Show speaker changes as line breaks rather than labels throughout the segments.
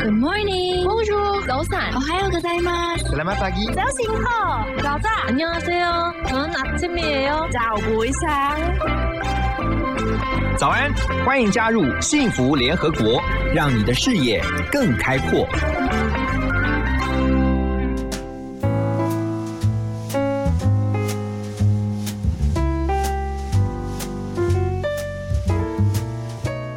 Good morning. Bonjour. 早散。おはようございます。
Selamat pagi.
자우싱커. 자자. 안녕하세요. 저는 아침이에요. 자우보이상.
早安，欢迎加入幸福联合国，让你的视野更开阔。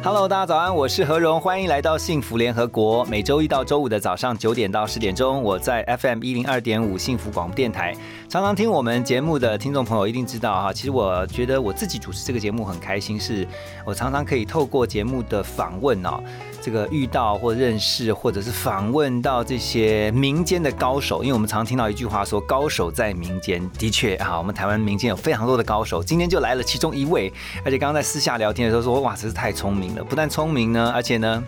Hello，大家早安，我是何荣，欢迎来到幸福联合国。每周一到周五的早上九点到十点钟，我在 FM 一零二点五幸福广播电台。常常听我们节目的听众朋友一定知道哈，其实我觉得我自己主持这个节目很开心，是我常常可以透过节目的访问哦，这个遇到或认识，或者是访问到这些民间的高手，因为我们常听到一句话说“高手在民间”，的确啊，我们台湾民间有非常多的高手，今天就来了其中一位，而且刚刚在私下聊天的时候说，哇，真是太聪明了，不但聪明呢，而且呢，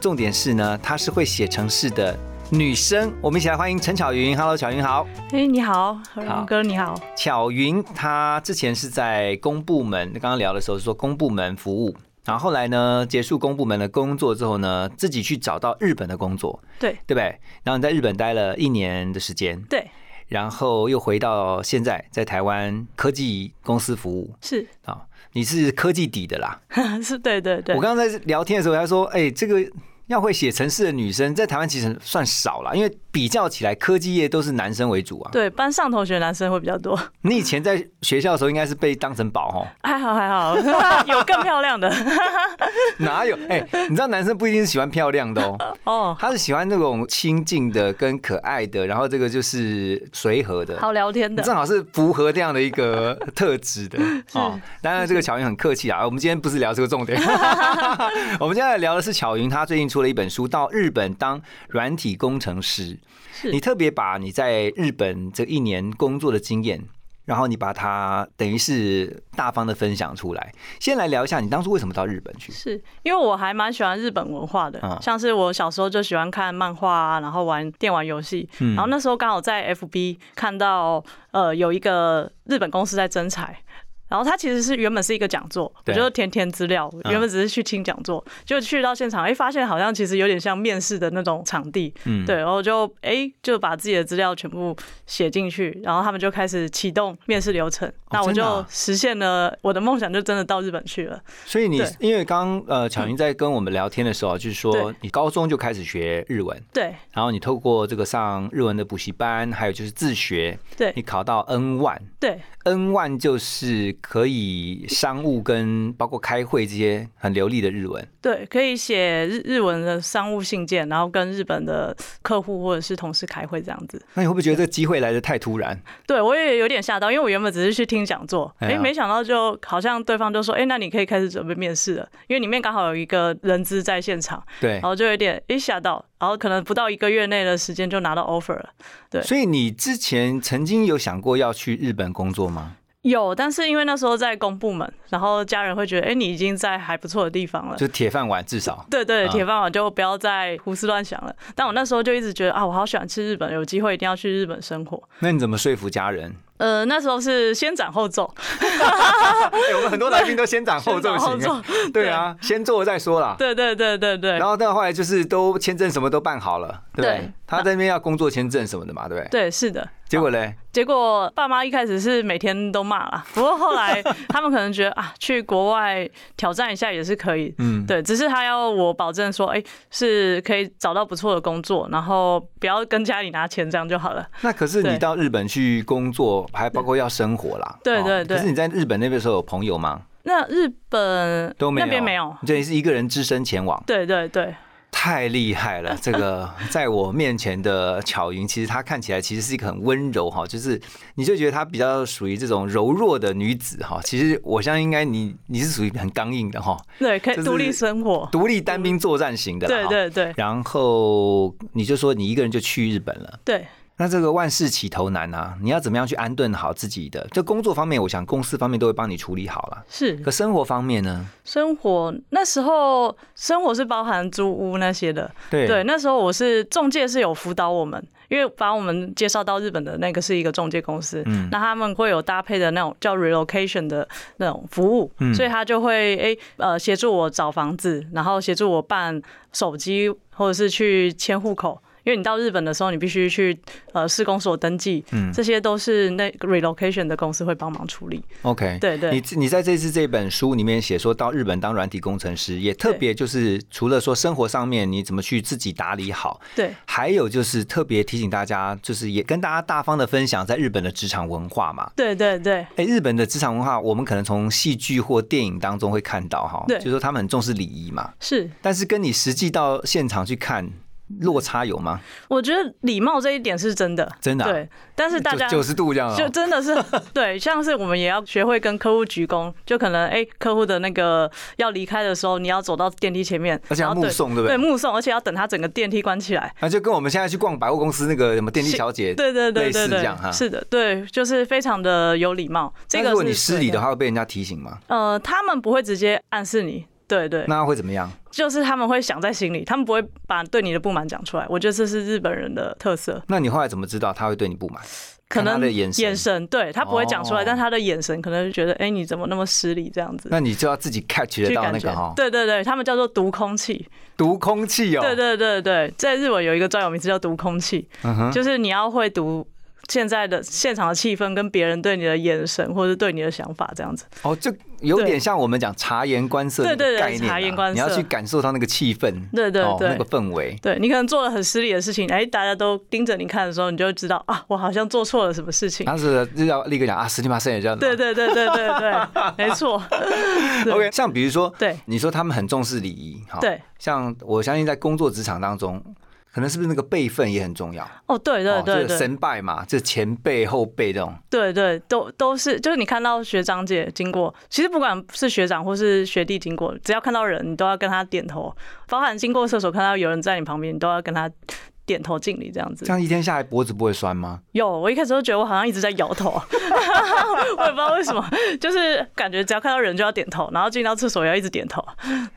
重点是呢，她是会写程式的女生，我们一起来欢迎陈巧云，Hello，巧云好。
哎、你好，何
好
荣哥，你好。
巧云她之前是在公部门，刚刚聊的时候是说公部门服务，然后后来呢结束公部门的工作之后呢，自己去找到日本的工作，
对
对不对？然后你在日本待了一年的时间，
对，
然后又回到现在在台湾科技公司服务
是
啊、你是科技底的啦。
是，对对对
我。刚刚在聊天的时候，他说：“哎、这个要会写程式的女生在台湾其实算少啦，因为比较起来，科技业都是男生为主啊。
对，班上同学男生会比较多，
你以前在学校的时候应该是被当成宝哦。”
还好还好， 有更漂亮的
哪有？哎、你知道男生不一定是喜欢漂亮的 哦，
哦，
他是喜欢那种亲近的、跟可爱的，然后这个就是随和的。
好聊天的
正好是符合这样的一个特质 的哦。当然，这个巧云很客气啊。我们今天不是聊这个 重点， 我们今天来聊的是巧云，她最近出了一本书，到日本当软体工程师。
是
你特别把你在日本这一年工作的经验，然后你把它等于是大方的分享出来。先来聊一下你当初为什么到日本去？
是因为我还蛮喜欢日本文化的，
嗯
像是我小时候就喜欢看漫画啊，然后玩电玩游戏，
嗯
然后那时候刚好在 FB 看到呃有一个日本公司在征才。然后它其实是原本是一个讲座，我
对
就填填资料，
嗯
原本只是去听讲座，就去到现场，哎，发现好像其实有点像面试的那种场地，
嗯
对，然后就哎就把自己的资料全部写进去，然后他们就开始启动面试流程，那我
真的
就
啊
实现了我的梦想，就真的到日本去了。
所以你
对嗯
因为刚呃，巧云在跟我们聊天的时候，就是说
对
你高中就开始学日文，
对
然后你透过这个上日文的补习班，还有就是自学，
对
你考到 N 万
对，
，N 万就是可以商务跟包括开会这些很流利的日文。
对，可以写日日文的商务信件，然后跟日本的客户或者是同事开会这样子。
那你会不会觉得这个机会来的太突然？
对我也有点吓到，因为我原本只是去听讲座，
哎
哎、
呀
没想到就好像对方就说，哎、那你可以开始准备面试了，因为里面刚好有一个人资在现场，
对
然，后就有点一吓到，然后可能不到一个月内的时间就拿到 offer 了。对
所以你之前曾经有想过要去日本工作吗？
有，但是因为那时候在公部门，然后家人会觉得，哎、你已经在还不错的地方了，
就铁饭碗，至少
对对，
啊
铁饭碗就不要再胡思乱想了。但我那时候就一直觉得啊，我好喜欢吃日本，有机会一定要去日本生活。
那你怎么说服家人？
呃，那时候是先斩后奏，
哎我们很多来宾都先斩后奏型
先斩后
啊， 对啊，先做再说啦。
对对对对对
然，后到后来就是都签证什么都办好了，对不对？
对
他在那边要工作签证什么的嘛，对不对？
对是的。
结果嘞，
结果爸妈一开始是每天都骂啦，不过后来他们可能觉得啊，去国外挑战一下也是可以，
嗯，
对，只是他要我保证说，哎、是可以找到不错的工作，然后不要跟家里拿钱，这样就好了。
那可是你
对
到日本去工作，还包括要生活啦。
对
哦
对对
可是你在日本那边的时候有朋友吗？
那日本
都没有，
那边没有，
对，你是一个人只身前往，
对对对，
太厉害 了。这个在我面前的巧云，其实她看起来其实是一个很温柔哈，就是你就觉得她比较属于这种柔弱的女子哈。其实我相信应该你你是属于很刚硬的哈，
对，可
就
以
是
独立生活。
独立单兵作战型的啦。
对
哈
对对
然后你就说你一个人就去日本了，
对，
那这个万事起头难啊，你要怎么样去安顿好自己的？就工作方面，我想公司方面都会帮你处理好了。
是
可生活方面呢？
生活那时候生活是包含租屋那些的，
对
对，那时候我是中介是有辅导我们，因为把我们介绍到日本的那个是一个中介公司，
嗯
那他们会有搭配的那种叫 relocation 的那种服务，
嗯
所以他就会诶呃协助我找房子，然后协助我办手机或者是去迁户口。因为你到日本的时候，你必须去呃市公所登记，
嗯
这些都是那 relocation 的公司会帮忙处理。
，OK，
对对
你你在这次这本书里面写说到日本当软体工程师，也特别就是除了说生活上面你怎么去自己打理好，
对，
还有就是特别提醒大家，就是也跟大家大方的分享在日本的职场文化嘛。
对对对，
哎、日本的职场文化，我们可能从戏剧或电影当中会看到哈，
对
就是说他们很重视礼仪嘛，
是。
但是跟你实际到现场去看，落差有吗？
我觉得礼貌这一点是真的，
真的啊
对，但是大家
九十度这样、哦，
就真 的是对，像是我们也要学会跟客户鞠躬，就可能哎、客户的那个要离开的时候，你要走到电梯前面，
而且要
然后
目送对不对
对，目送，而且要等他整个电梯关起来。
啊那就跟我们现在去逛百货公司那个什么电梯小姐，
对对对
类似
对
这样哈。
对，是的，对，就是非常的有礼貌。这
但
个
如果
是
你失
对
礼的，话，会被人家提醒吗？
呃，他们不会直接暗示你，对对，
那会怎么样？
就是他们会想在心里，他们不会把对你的不满讲出来。我觉得这是日本人的特色。
那你后来怎么知道他会对你不满？
可
看他
能
的眼神
对他不会讲出来，
哦
但他的眼神可能就觉得，哎、你怎么那么失礼这样子？
那你就要自己 catch 得
去
到
感
那
觉
个哈，
对对对，他们叫做读空气，
读空气哦。
对，对对对，在日文有一个专有名词叫读空气，
嗯哼，
就是你要会读现在的现场的气氛跟别人对你的眼神或者对你的想法这样子，
哦，就有点像我们讲察言观色那
对
个
对对
概念啊，
察言观
你要
色
去感受到那个气氛，
对对
哦
对
那个氛围。
对你可能做了很失礼的事情，哎、大家都盯着你看的时候，你就会知道啊，我好像做错了什么 事情。
当时就要立刻讲啊，十里马圣也这样。
对对对对对对，没错，对
OK，像比如说，
对
你说他们很重视礼仪，哈，
对，
像我相信在工作职场当中，可能是不是那个辈分也很重要？
哦，对对
哦
对嗯
这个
对，
神拜嘛，这前辈后辈这种，
对对，都都是，就是你看到学长姐经过，其实不管是学长或是学弟经过，只要看到人，你都要跟他点头，包含经过厕所看到有人在你旁边，你都要跟他点头敬礼这样子
这。样一天下来脖子不会酸 吗？
有，我一开始都觉得我好像一直在摇头， 我也不知道为什么，就是感觉只要看到人就要点头，然后进到厕所也要一直点头。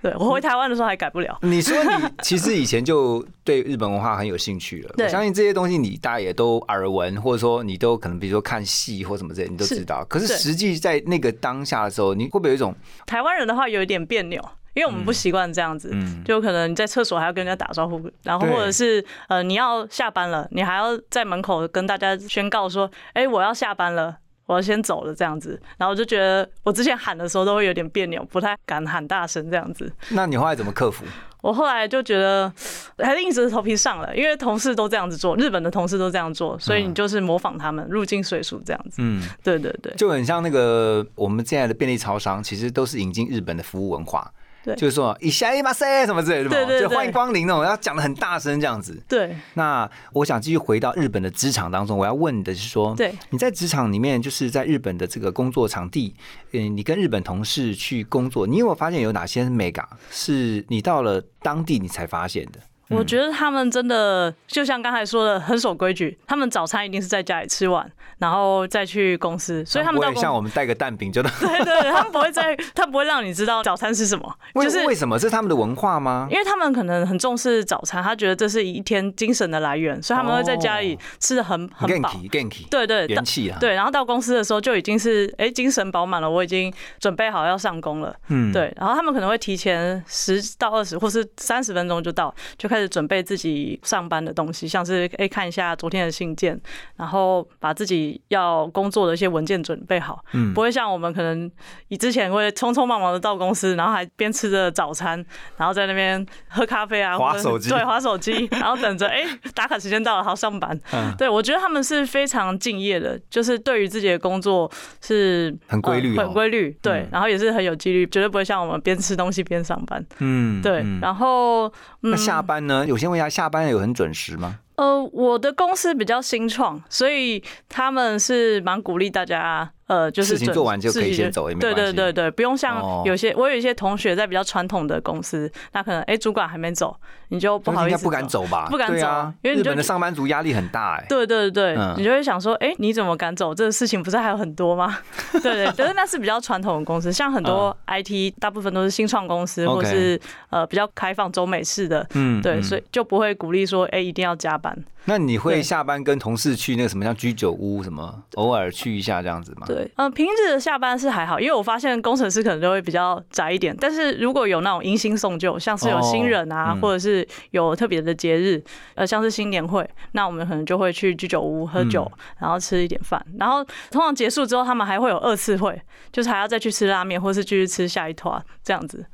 对我回台湾的时候还改不了。
你说你其实以前就对日本文化很有兴趣了，
对
我相信这些东西你大家也都耳闻，或者说你都可能比如说看戏或什么之类，你都
是
知道。可是
对
实际在那个当下的时候，你会不会有一种
台湾人的话有一点别扭，因为我们不习惯这样子，
嗯
就可能你在厕所还要跟人家打招呼，然后
对
或者是呃你要下班了，你还要在门口跟大家宣告说，哎、我要下班了。我要先走了这样子，然后我就觉得我之前喊的时候都会有点别扭，不太敢喊大声这样子。
那你后来怎么克服？
我后来就觉得 还是硬着头皮上了，因为同事都这样子做，日本的同事都这样做，所以你就是模仿他们，入境随俗这样子。
嗯，
对对对，
就很像那个我们现在的便利超商，其实都是引进日本的服务文化。
对
就是说以下一马塞什么之类的嘛，
对对对
就欢迎光临那种，要讲的很大声这样子。
对
那我想继续回到日本的职场当中，我要问的是说，
对
你在职场里面，就是在日本的这个工作场地，嗯，你跟日本同事去工作，你有没有发现有哪些 mega 是你到了当地你才发现的？
我觉得他们真的就像刚才说的，很守规矩。他们早餐一定是在家里吃完，然后再去公司，所以他们
不
到
会
公
像我们带个蛋饼就到，
对对对，他们不会在，他不会让你知道早餐是什么，
为
就是
为什么？这是他们的文化吗？
因为他们可能很重视早餐，他觉得这是一天精神的来源，所以他们会在家里
哦
吃的很很饱。
ganky ganky，
对对，到
元气啊，
对，然后到公司的时候就已经是哎、精神饱满了，我已经准备好要上工了。
嗯，
对，然后他们可能会提前十到二十或是三十分钟就到，就开始准备自己上班的东西，像是诶看一下昨天的信件，然后把自己要工作的一些文件准备好，
嗯
不会像我们可能以之前会匆匆忙忙的到公司，然后还边吃着早餐，然后在那边喝咖啡啊，
滑
或者
手机
对，划手机，然后等着诶打卡时间到了，好上班。
嗯
对我觉得他们是非常敬业的，就是对于自己的工作是
很规律哦
呃很规律，对，
嗯
然后也是很有纪律，绝对不会像我们边吃东西边上班。
嗯
对，
嗯
然后
那
嗯
下班呢？有些问一下，下班有很准时吗？
呃，我的公司比较新创，所以他们是蛮鼓励大家呃，就是
事情
准
做完就可以
事情
先走也没
对
关
对
系
对对，不用像
哦
有些、我有一些同学在比较传统的公司，那可能哎、主管还没走，你就不
他们
好意
应该
思
不敢走吧？
不敢
对
走
啊，
因为你
日
就
本的上班族压力很大哎。
对对对，
嗯
你就会想说，哎、你怎么敢走？这个事情不是还有很多吗？ 对对，就是那是比较传统的公司，像很多 IT 大部分都是新创公司，
嗯
或
OK
是呃比较开放中美式的，
嗯
对，
嗯
所以就不会鼓励说，哎、一定要加班。
那你会
对
下班跟同事去那个什么像居酒屋什么，偶尔去一下这样子吗？
对，嗯、平日的下班是还好，因为我发现工程师可能就会比较宅一点，但是如果有那种迎新送旧，像是有新人啊，
哦嗯
或者是有特别的节日，呃，像是新年会，那我们可能就会去居酒屋喝酒，
嗯
然后吃一点饭，然后通常结束之后，他们还会有二次会，就是还要再去吃拉面，或是继续吃下一团这样子。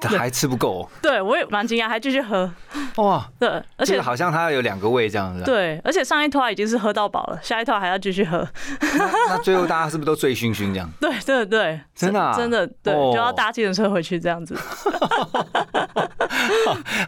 他还吃不够
对我也蛮惊讶，还继续喝，
哇！
对，而
这
且
个。好像他有两个胃这样子。，啊
对，而且上一团已经是喝到饱了，下一团还要继续喝。
那最后大家是不是都醉醺醺这样？
对对对，
真的啊
真的对，
哦
就要搭计程车回去这样子。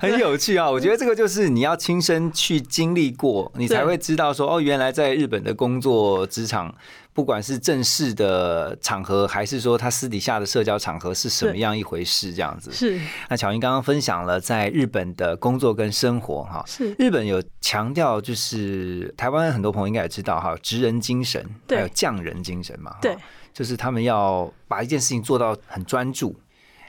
很有趣啊！我觉得这个就是你要亲身去经历过，你才会知道说哦，原来在日本的工作职场，不管是正式的场合，还是说他私底下的社交场合是什么
对
样一回事，这样子。
是
那巧英刚刚分享了在日本的工作跟生活哈，
是
日本有强调就是台湾很多朋友应该也知道哈，职人精神，
对
还有匠人精神嘛，哈
对，
就是他们要把一件事情做到很专注。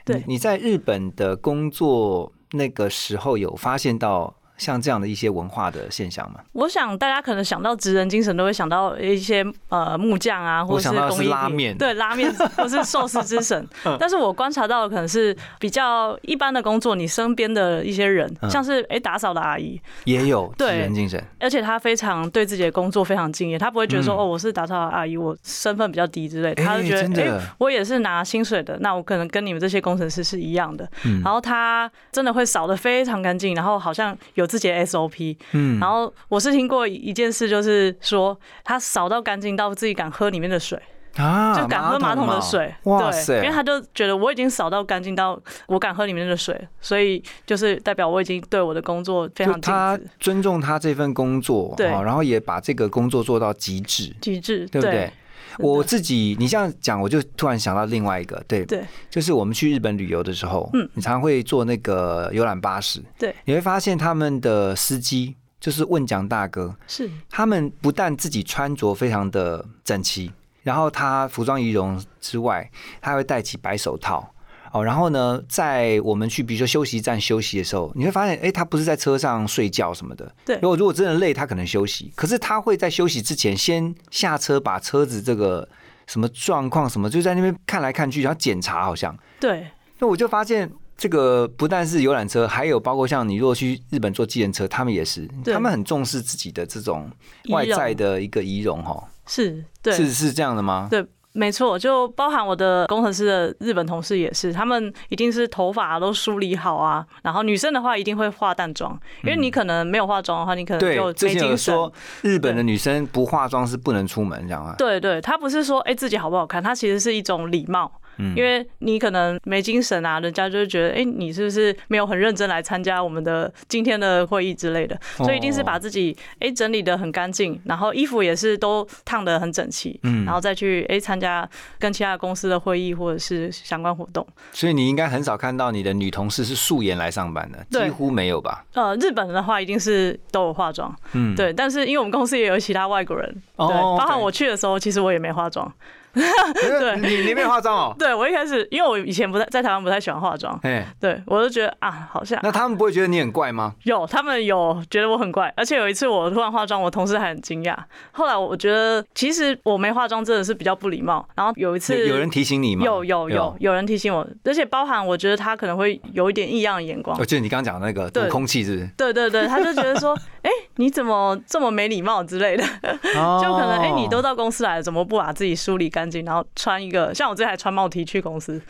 对
嗯你你在日本的工作那个时候有发现到像这样的一些文化的现象吗？
我想大家可能想到职人精神，都会想到一些呃木匠啊，或者
想到的
工
是
艺
拉
品
面嗯
对 拉面或是寿司之神。但是我观察到的可能是比较一般的工作，你身边的一些人，
嗯
像是哎、诶打扫的阿姨，
也有职
对
人精神，
而且她非常对自己的工作非常敬业，她不会觉得说、
嗯
哦我是打扫的阿姨，我身份比较低之类的，
诶
她就觉
真
得
的
哎、诶我也是拿薪水的，那我可能跟你们这些工程师是一样的。
嗯
然后她真的会扫的非常干净，然后好像有自己的 SOP。
嗯
然后我是听过一件事，就是说他扫到干净到自己敢喝里面的水，
啊
就敢喝马桶的水，
马桶啊哇
对，因为他
塞！
就觉得我已经扫到干净到我敢喝里面的水，所以就是代表我已经对我的工作非
就
常尽
他
职
尊重他这份工作，
对
哈然后也把这个工作做到极致，
极致，
对不对？
对？
我自己，你这样讲，我就突然想到另外一个，对，
对
就是我们去日本旅游的时候，
嗯
你常会坐那个游览巴士，
对，
你会发现他们的司机就是问讲大哥，
是
他们不但自己穿着非常的整齐，然后他服装仪容之外，他还会戴起白手套。哦，然后呢，在我们去比如说休息站休息的时候，你会发现，哎，他不是在车上睡觉什么的。
对
如果如果真的累，他可能休息，可是他会在休息之前先下车，把车子这个什么状况什么，就在那边看来看去，然后检查好像。
对
那我就发现，这个不但是游览车，还有包括像你如果去日本坐计程车，他们也是，
对
他们很重视自己的这种外在的一个仪容哈，
是，对
是是这样的吗？
对，没错，就包含我的工程师的日本同事也是，他们一定是头发都梳理好啊，然后女生的话一定会化淡妆，因为你可能没有化妆的话，你可能
嗯对
就，
之
没
前有
精神。
说日本的女生不化妆是不能出门，这样啊？
对对，他不是说哎、自己好不好看，他其实是一种礼貌。
嗯
因为你可能没精神啊，人家就会觉得，哎、你是不是没有很认真来参加我们的今天的会议之类的？
哦
所以一定是把自己哎、整理的很干净，然后衣服也是都烫的很整齐，
嗯
然后再去哎、参加跟其他公司的会议或者是相关活动。
所以你应该很少看到你的女同事是素颜来上班的，
对
几乎没有 吧？
呃，日本人的话一定是都有化妆，
嗯，
对，但是因为我们公司也有其他外国人，
哦
对，包含
OK
我去的时候，其实我也没化妆。
对，你你没有化妆哦？
对我一开始，因为我以前不太在台湾不太喜欢化妆，
哎，
对我就觉得啊，好像
那他们不会觉得你很怪吗？
有他们有觉得我很怪，而且有一次我突然化妆，我同事还很惊讶。后来我觉得其实我没化妆真的是比较不礼貌。然后有一
有
次
有人提醒你吗？
有有有，有人提醒我，而且包含我觉得他可能会有一点异样的眼光
哦，。就是你刚刚讲的那个
对
读空气是不是？
对对对，他就觉得说，哎、你怎么这么没礼貌 之类的，就可能哎、你
哦
都到公司来了，怎么不把自己梳理干净，然后穿一个像我这还穿帽 T 去公司，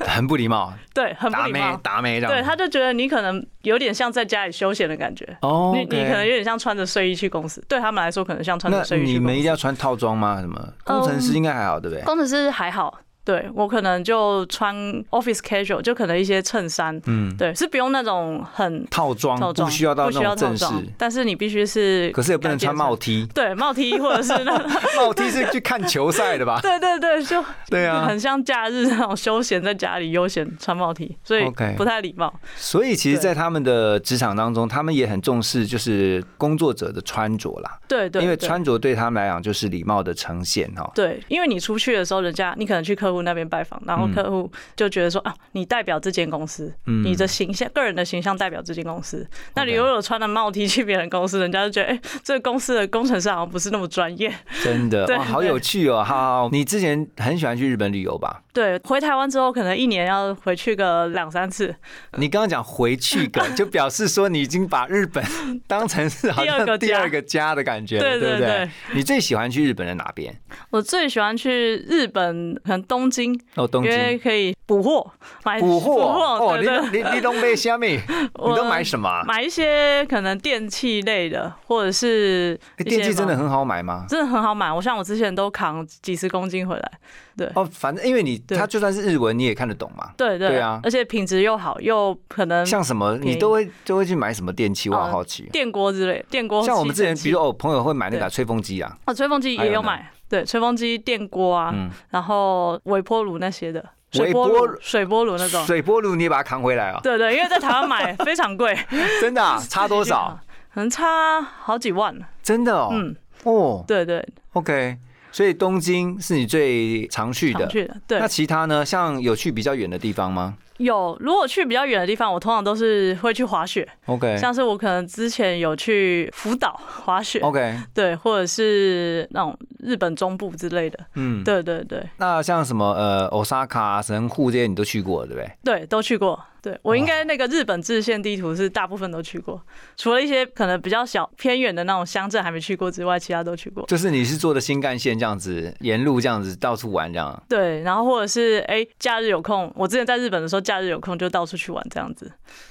很不礼貌，
对，很不
打
礼
妹
貌。
打妹这样。
对，他就觉得你可能有点像在家里休闲的感觉。
哦
你你
OK
可能有点像穿着睡衣去公司，对他们来说可能像穿着
那
睡衣
你
去公
们一定
司。嗯
要穿套装吗？什么工程师应该还好，对不对？
工程师还好，对我可能就穿 office casual，就可能一些衬衫，
嗯，
对，是不用那种很
套装
套装，
不需要到
不
那种
套
正式，
装，但是你必须是，
可是也不能穿帽
体，
T，
对，帽 T 或者是那种，
帽 T 是去看球赛的吧？
对对对，就
对啊
很，像假日那种休闲，在家里悠闲穿帽 T，所以
OK
不太礼貌。
所以其实，
对
在他们的职场当中，他们也很重视就是工作者的穿着啦，
对对，
因为
对
穿着对他们来讲就是礼貌的呈现哦哈。
对，因为你出去的时候，人家你可能去客户那边拜访，然后
嗯
客户就觉得说、啊，你代表这间公司，
嗯
你的形象、个人的形象代表这间公司。那你
OK
如果穿了帽 T 去别人公司，人家就觉得，哎、这个公司的工程师好像不是那么专业。
真的
对
哇，好有趣哦！好， 你之前很喜欢去日本旅游吧？
对，回台湾之后，可能一年要回去个两三次。
你刚刚讲回去 感，就表示说你已经把日本当成是好
第二
像
个
第二
家
个家的感觉了，
对
对
对
不对
对？
你最喜欢去日本的哪边？
我最喜欢去日本，可能东京，
哦，东
因为
京。
可以捕获，买
捕获哦，
对
你
对
你你都买 虾米？你都买什么啊？
买一些可能电器类的，或者是
哎
一
电
些
器真的
嘛
很好买吗？
真的很好买。我像我之前都扛几十公斤回来，对。
哦，反正因为你
对
它就算是日文你也看得懂嘛。
对对
对啊
而且品质又好，又可能
像什么
便宜
你都会都会去买什么电器？我好
嗯
好奇。
电锅之类，电锅
像我们
吸
之
尘
前，
器
比如说哦，朋友会买那个
对
吹风机啊，
哦，吹风机
还有
也有
呢
买，对，吹风机、电锅啊，
嗯
然后微波炉那些的，
微
水波
波
炉
炉、
水波炉那种，
水波炉你也把它扛回来啊？
对对，因为在台 湾买非常贵，嗯
真的 啊？差多少？？
可能差好几万，
真的哦，
嗯，
哦
对对，
，OK，所以东京是你最常去的
常。去的，对
那。其他呢？像有去比较远的地方吗
有，如果去比较远的地方，我通常都是会去滑雪，
？OK，
像是我可能之前有去福岛滑雪
OK，
对，或者是那种日本中部之类的，
嗯，。
对对对
那像什么呃，Osaka、神户这些你都去过了，对不对？
对，都去过。对我应
哇
该那个日本制线地图是大部分都去过，除了一些可能比较小偏远的那种乡镇还没去过之外，其他都去过。
就是你是坐的新干线这样子，沿路这样子到处玩这样。
对，然后或者是哎、假日有空，我之前在日本的时候，假日有空就到处去玩这样子。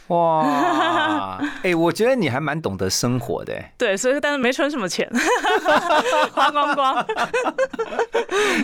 哇， 哎、我觉得你还蛮懂得生活的、欸，
对，所以但是没存什么钱， 花光光。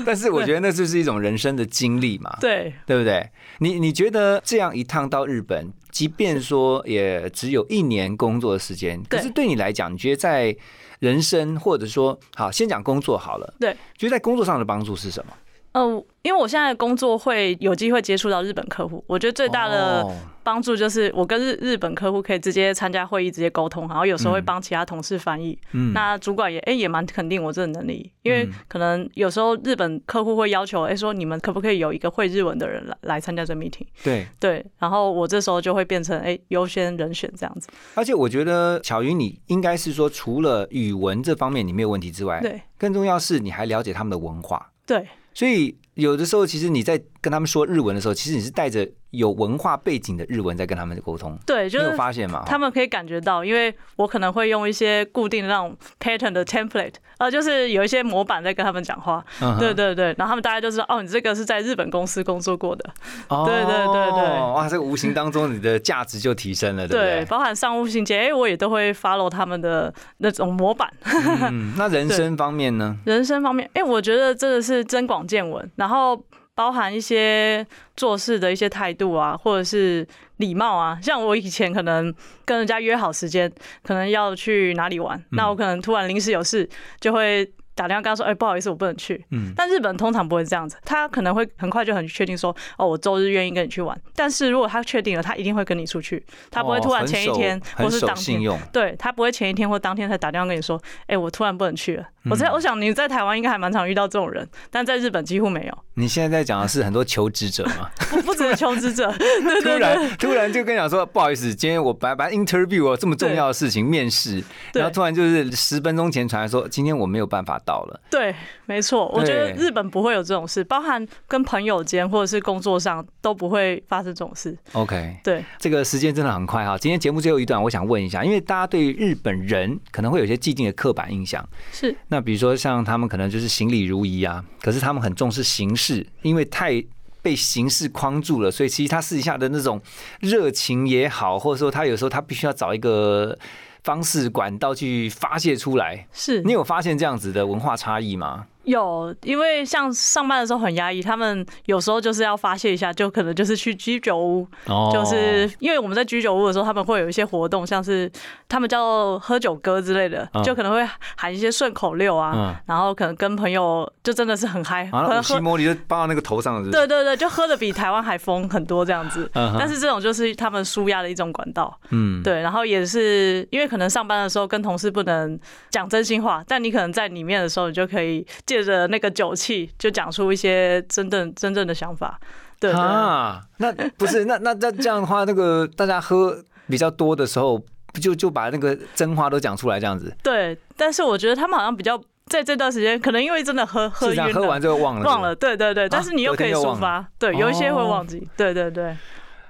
但是我觉得那就是一种人生的经历嘛。
对，
对不对？你你觉得这样一趟到日本，即便说也只有一年工作的时间，可
对
是对你来讲，你觉得在人生或者说好，先讲工作好了，
对，
觉得在工作上的帮助是什么？
嗯、因为我现在的工作会有机会接触到日本客户，我觉得最大的、
哦
帮助就是我跟日日本客户可以直接参加会议，直接沟通，然后有时候会
嗯
帮其他同事翻译。
嗯
那主管也哎、也蛮肯定我这个能力，因为
嗯
可能有时候日本客户会要求哎、说你们可不可以有一个会日文的人来来参加这 meeting？
对，
对，然后我这时候就会变成哎优、先人选这样子。
而且我觉得巧云，你应该是说除了语文这方面你没有问题之外，
对
更重要是你还了解他们的文化，
对
所以。有的时候，其实你在跟他们说日文的时候，其实你是带着有文化背景的日文在跟他们沟通，
对，
你
就
有
是
发现吗？
他们可以感觉到，因为我可能会用一些固定的那种 pattern 的 template，呃，就是有一些模板在跟他们讲话。
嗯哼
对对对，然后他们大家就知道哦，你这个是在日本公司工作过的。
哦
对对对对
哇，这个无形当中你的价值就提升了，对
对，
不对？
包含商务信件，哎、我也都会 follow 他们的那种模板。
嗯，那人生方面呢？
人生方面，哎、我觉得真的是增广见闻，然后包含一些做事的一些态度啊，或者是礼貌啊。像我以前可能跟人家约好时间，可能要去哪里玩，
嗯
那我可能突然临时有事，就会打电话跟他说，哎、不好意思，我不能去。
嗯，
但日本通常不会这样子，他可能会很快就很确定说，哦，我周日愿意跟你去玩。但是如果他确定了，他一定会跟你出去，他不会
哦
突然
很
前一
守
天、
很
或是
守
当
信
天。
用，
对他不会前一天或当天才打电话跟你说，哎、我突然不能去了。我在我想你在台湾应该还蛮常遇到这种人，但在日本几乎没有，
你现在在讲的是很多求职者 嘛？
不不只是求职者，对
突
对对
然突然就跟你讲说，不好意思，今天我本来 interview 哦这么重要的事情面试，
对
然后突然就是十分钟前传来说，今天我没有办法到了。
对，没错，我觉得
对
日本不会有这种事，包含跟朋友间或者是工作上都不会发生这种事。
OK，
对，
这个时间真的很快哈。今天节目最后一段，我想问一下，因为大家对于日本人可能会有一些既定的刻板印象。
是
那比如说像他们可能就是行礼如仪啊，可是他们很重视形式，因为太被形式框住了，所以其实他私底下的那种热情也好，或者说他有时候他必须要找一个方式管道去发泄出来。
是
嗯你，有发现这样子的文化差异吗？
有，因为像上班的时候很压抑，他们有时候就是要发泄一下，就可能就是去居酒屋，
哦
就是因为我们在居酒屋的时候，他们会有一些活动，像是他们叫喝酒歌之类的，
嗯
就可能会喊一些顺口溜啊，
嗯
然后可能跟朋友就真的是很嗨，
啊，那
喝
五西
喝。
摩里就放到那个头上是不是，
对对对，就喝的比台湾还疯很多这样子，
嗯哼
但是这种就是他们舒压的一种管道。
嗯，
对，然后也是因为可能上班的时候跟同事不能讲真心话，但你可能在里面的时候，你就可以借着那个酒气，就讲出一些真正真正的想法。对对
啊，那不是那那那这样的话，那个大家喝比较多的时候，不就就把那个真话都讲出来这样子，
对，但是我觉得他们好像比较在这段时间，可能因为真的喝喝
是这
晕
样，喝完之后忘了是不是
忘了，对对对，但是你又可
隔天
以
又
抒
忘
发，
了
对，有一些会
哦
忘记，对对对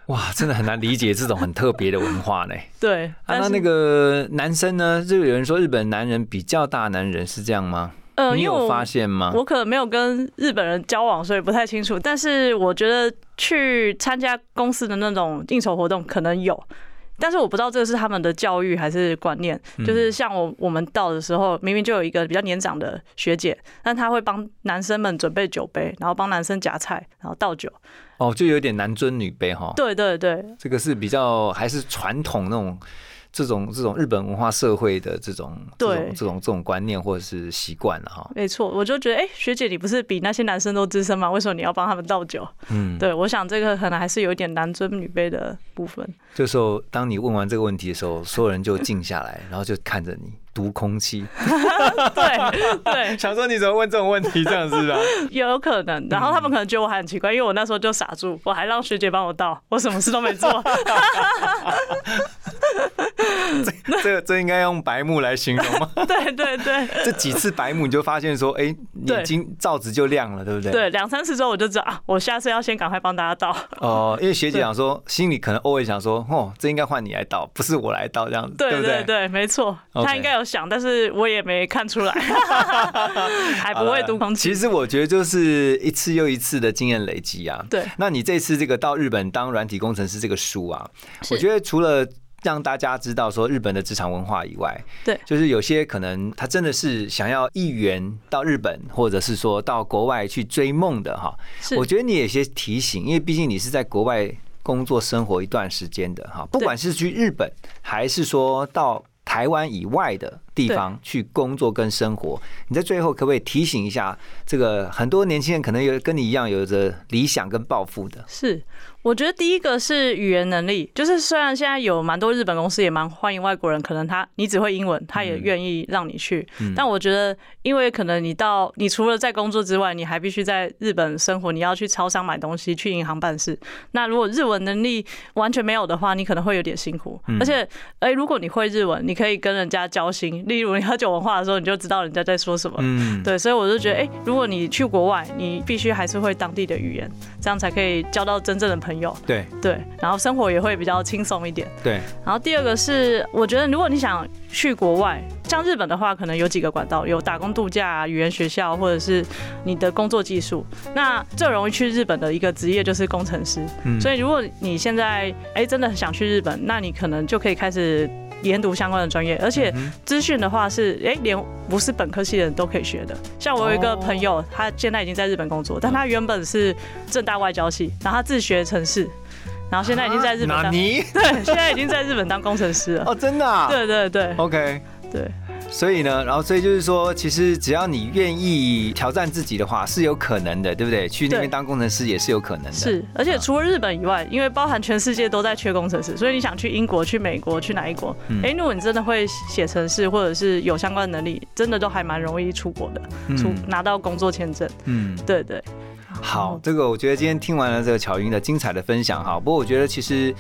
哇，真的很难理解这种很特别的文化 呢。
对。
啊，
但
那
是
那个男生呢？就有人说日本男人比较大男人，是这样吗？
呃，
你
因为
有
我
发现吗？
我可能没有跟日本人交往，所以不太清楚。但是我觉得去参加公司的那种应酬活动可能有，但是我不知道这个是他们的教育还是观念。
嗯
就是像我我们到的时候，明明就有一个比较年长的学姐，但她会帮男生们准备酒杯，然后帮男生夹菜，然后倒酒。
哦，就有点男尊女卑哈。
对对对，
这个是比较还是传统那种这种这种日本文化社会的这种这
对
种这种这种观念或者是习惯了哈。
没错，我就觉得，哎、学姐你不是比那些男生都资深吗？为什么你要帮他们倒酒？
嗯，
对，我想这个可能还是有一点男尊女卑的部分。
这时候当你问完这个问题的时候，所有人就静下来，然后就看着你。 读空气，
对对，
想说你怎么问这种问题这样子 啊？
有可能，然后他们可能觉得我还很奇怪，因为我那时候就傻住，我还让学姐帮我倒，我什么事都没做。
这个这应该用白目来形容吗？
对对对
这几次白目你就发现说，哎、眼
对
睛罩子就亮了，对不对？
对，两三次之后我就知道啊，我下次要先赶快帮大家倒。
哦，因为学姐想说，心里可能偶尔想说，哦，这应该换你来倒，不是我来倒这样子，
对
不
对对，没错，
OK
他应该有想，但是我也没看出来， 还不会读空
其
气。
实我觉得就是一次又一次的经验累积啊。
对
那你这次这个到日本当软体工程师这个书啊，
是
我觉得除了。让大家知道说日本的职场文化以外，
对
就是有些可能他真的是想要一元到日本，或者是说到国外去追梦的哈。
是
我觉得你有些提醒，因为毕竟你是在国外工作生活一段时间的哈，不管是去日本还是说到台湾以外的地方去工作跟生活，你在最后可不可以提醒一下这个很多年轻人可能有跟你一样有着理想跟抱负的？
是，我觉得第一个是语言能力，就是虽然现在有蛮多日本公司也蛮欢迎外国人，可能他你只会英文，他也愿意让你去。但我觉得，因为可能你到你除了在工作之外，你还必须在日本生活，你要去超商买东西，去银行办事。那如果日文能力完全没有的话，你可能会有点辛苦。而且，哎、如果你会日文，你可以跟人家交心，例如你喝酒文化的时候，你就知道人家在说什么。
嗯，
对，所以我就觉得，哎、如果你去国外，你必须还是会当地的语言，这样才可以交到真正的朋友。
对
对，然后生活也会比较轻松一点。
对，
然后第二个是，我觉得如果你想去国外，像日本的话，可能有几个管道，有打工度假、啊、语言学校，或者是你的工作技术。那最容易去日本的一个职业就是工程师。
嗯
所以如果你现在哎、真的很想去日本，那你可能就可以开始。研读相关的专业，而且资讯的话是，哎、连不是本科系的人都可以学的。像我有一个朋友，他现在已经在日本工作，但他原本是正大外交系，然后他自学城市，然后现在已经在日本
纳
当
尼
对， 现在已经在日本当工程师了。
哦，真的、啊、
对对对
，OK。
对，
所以呢，然后所以就是说，其实只要你愿意挑战自己的话，是有可能的，对不对？去那边
对
当工程师也是有啊可能的。
是，而且除了日本以外，因为包含全世界都在缺工程师，所以你想去英国、去美国、去哪一国？
嗯
哎、如果你真的会写程式，或者是有相关的能力，真的都还蛮容易出国的，出
嗯
拿到工作签证。
嗯，
对对嗯
好，这个我觉得今天听完了这个巧云的精彩的分享哈，不过我觉得其实。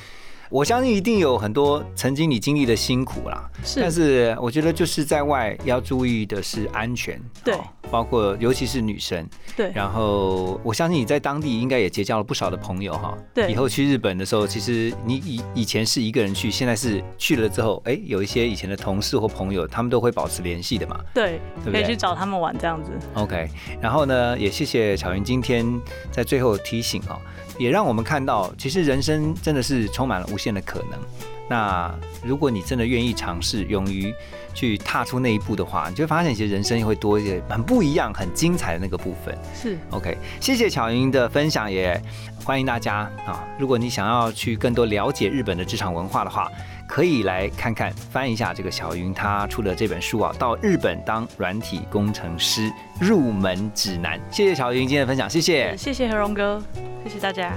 我相信一定有很多曾经你经历的辛苦啦，
是
但是我觉得就是在外要注意的是安全，
对
哦包括尤其是女生。
对
然后我相信你在当地应该也结交了不少的朋友哈。
对
以后去日本的时候，其实你以以前是一个人去，现在是去了之后，哎，有一些以前的同事或朋友，他们都会保持联系的嘛。
对
对不，
可以
对
去找他们玩这样子。
OK，然后呢，也谢谢巧云今天在啊最后提醒哦，也让我们看到，其实人生真的是充满了无限的可能。那如果你真的愿意尝试，勇于去踏出那一步的话，你就会发现其实人生会多一些很不一样、很精彩的那个部分。
是
OK，谢谢巧云的分享，也欢迎大家啊！如果你想要去更多了解日本的职场文化的话，可以来看看翻一下这个巧云她出的这本书啊，《到日本当软体工程师入门指南》。谢谢巧云今天的分享，谢谢
谢谢何荣哥，谢谢大家。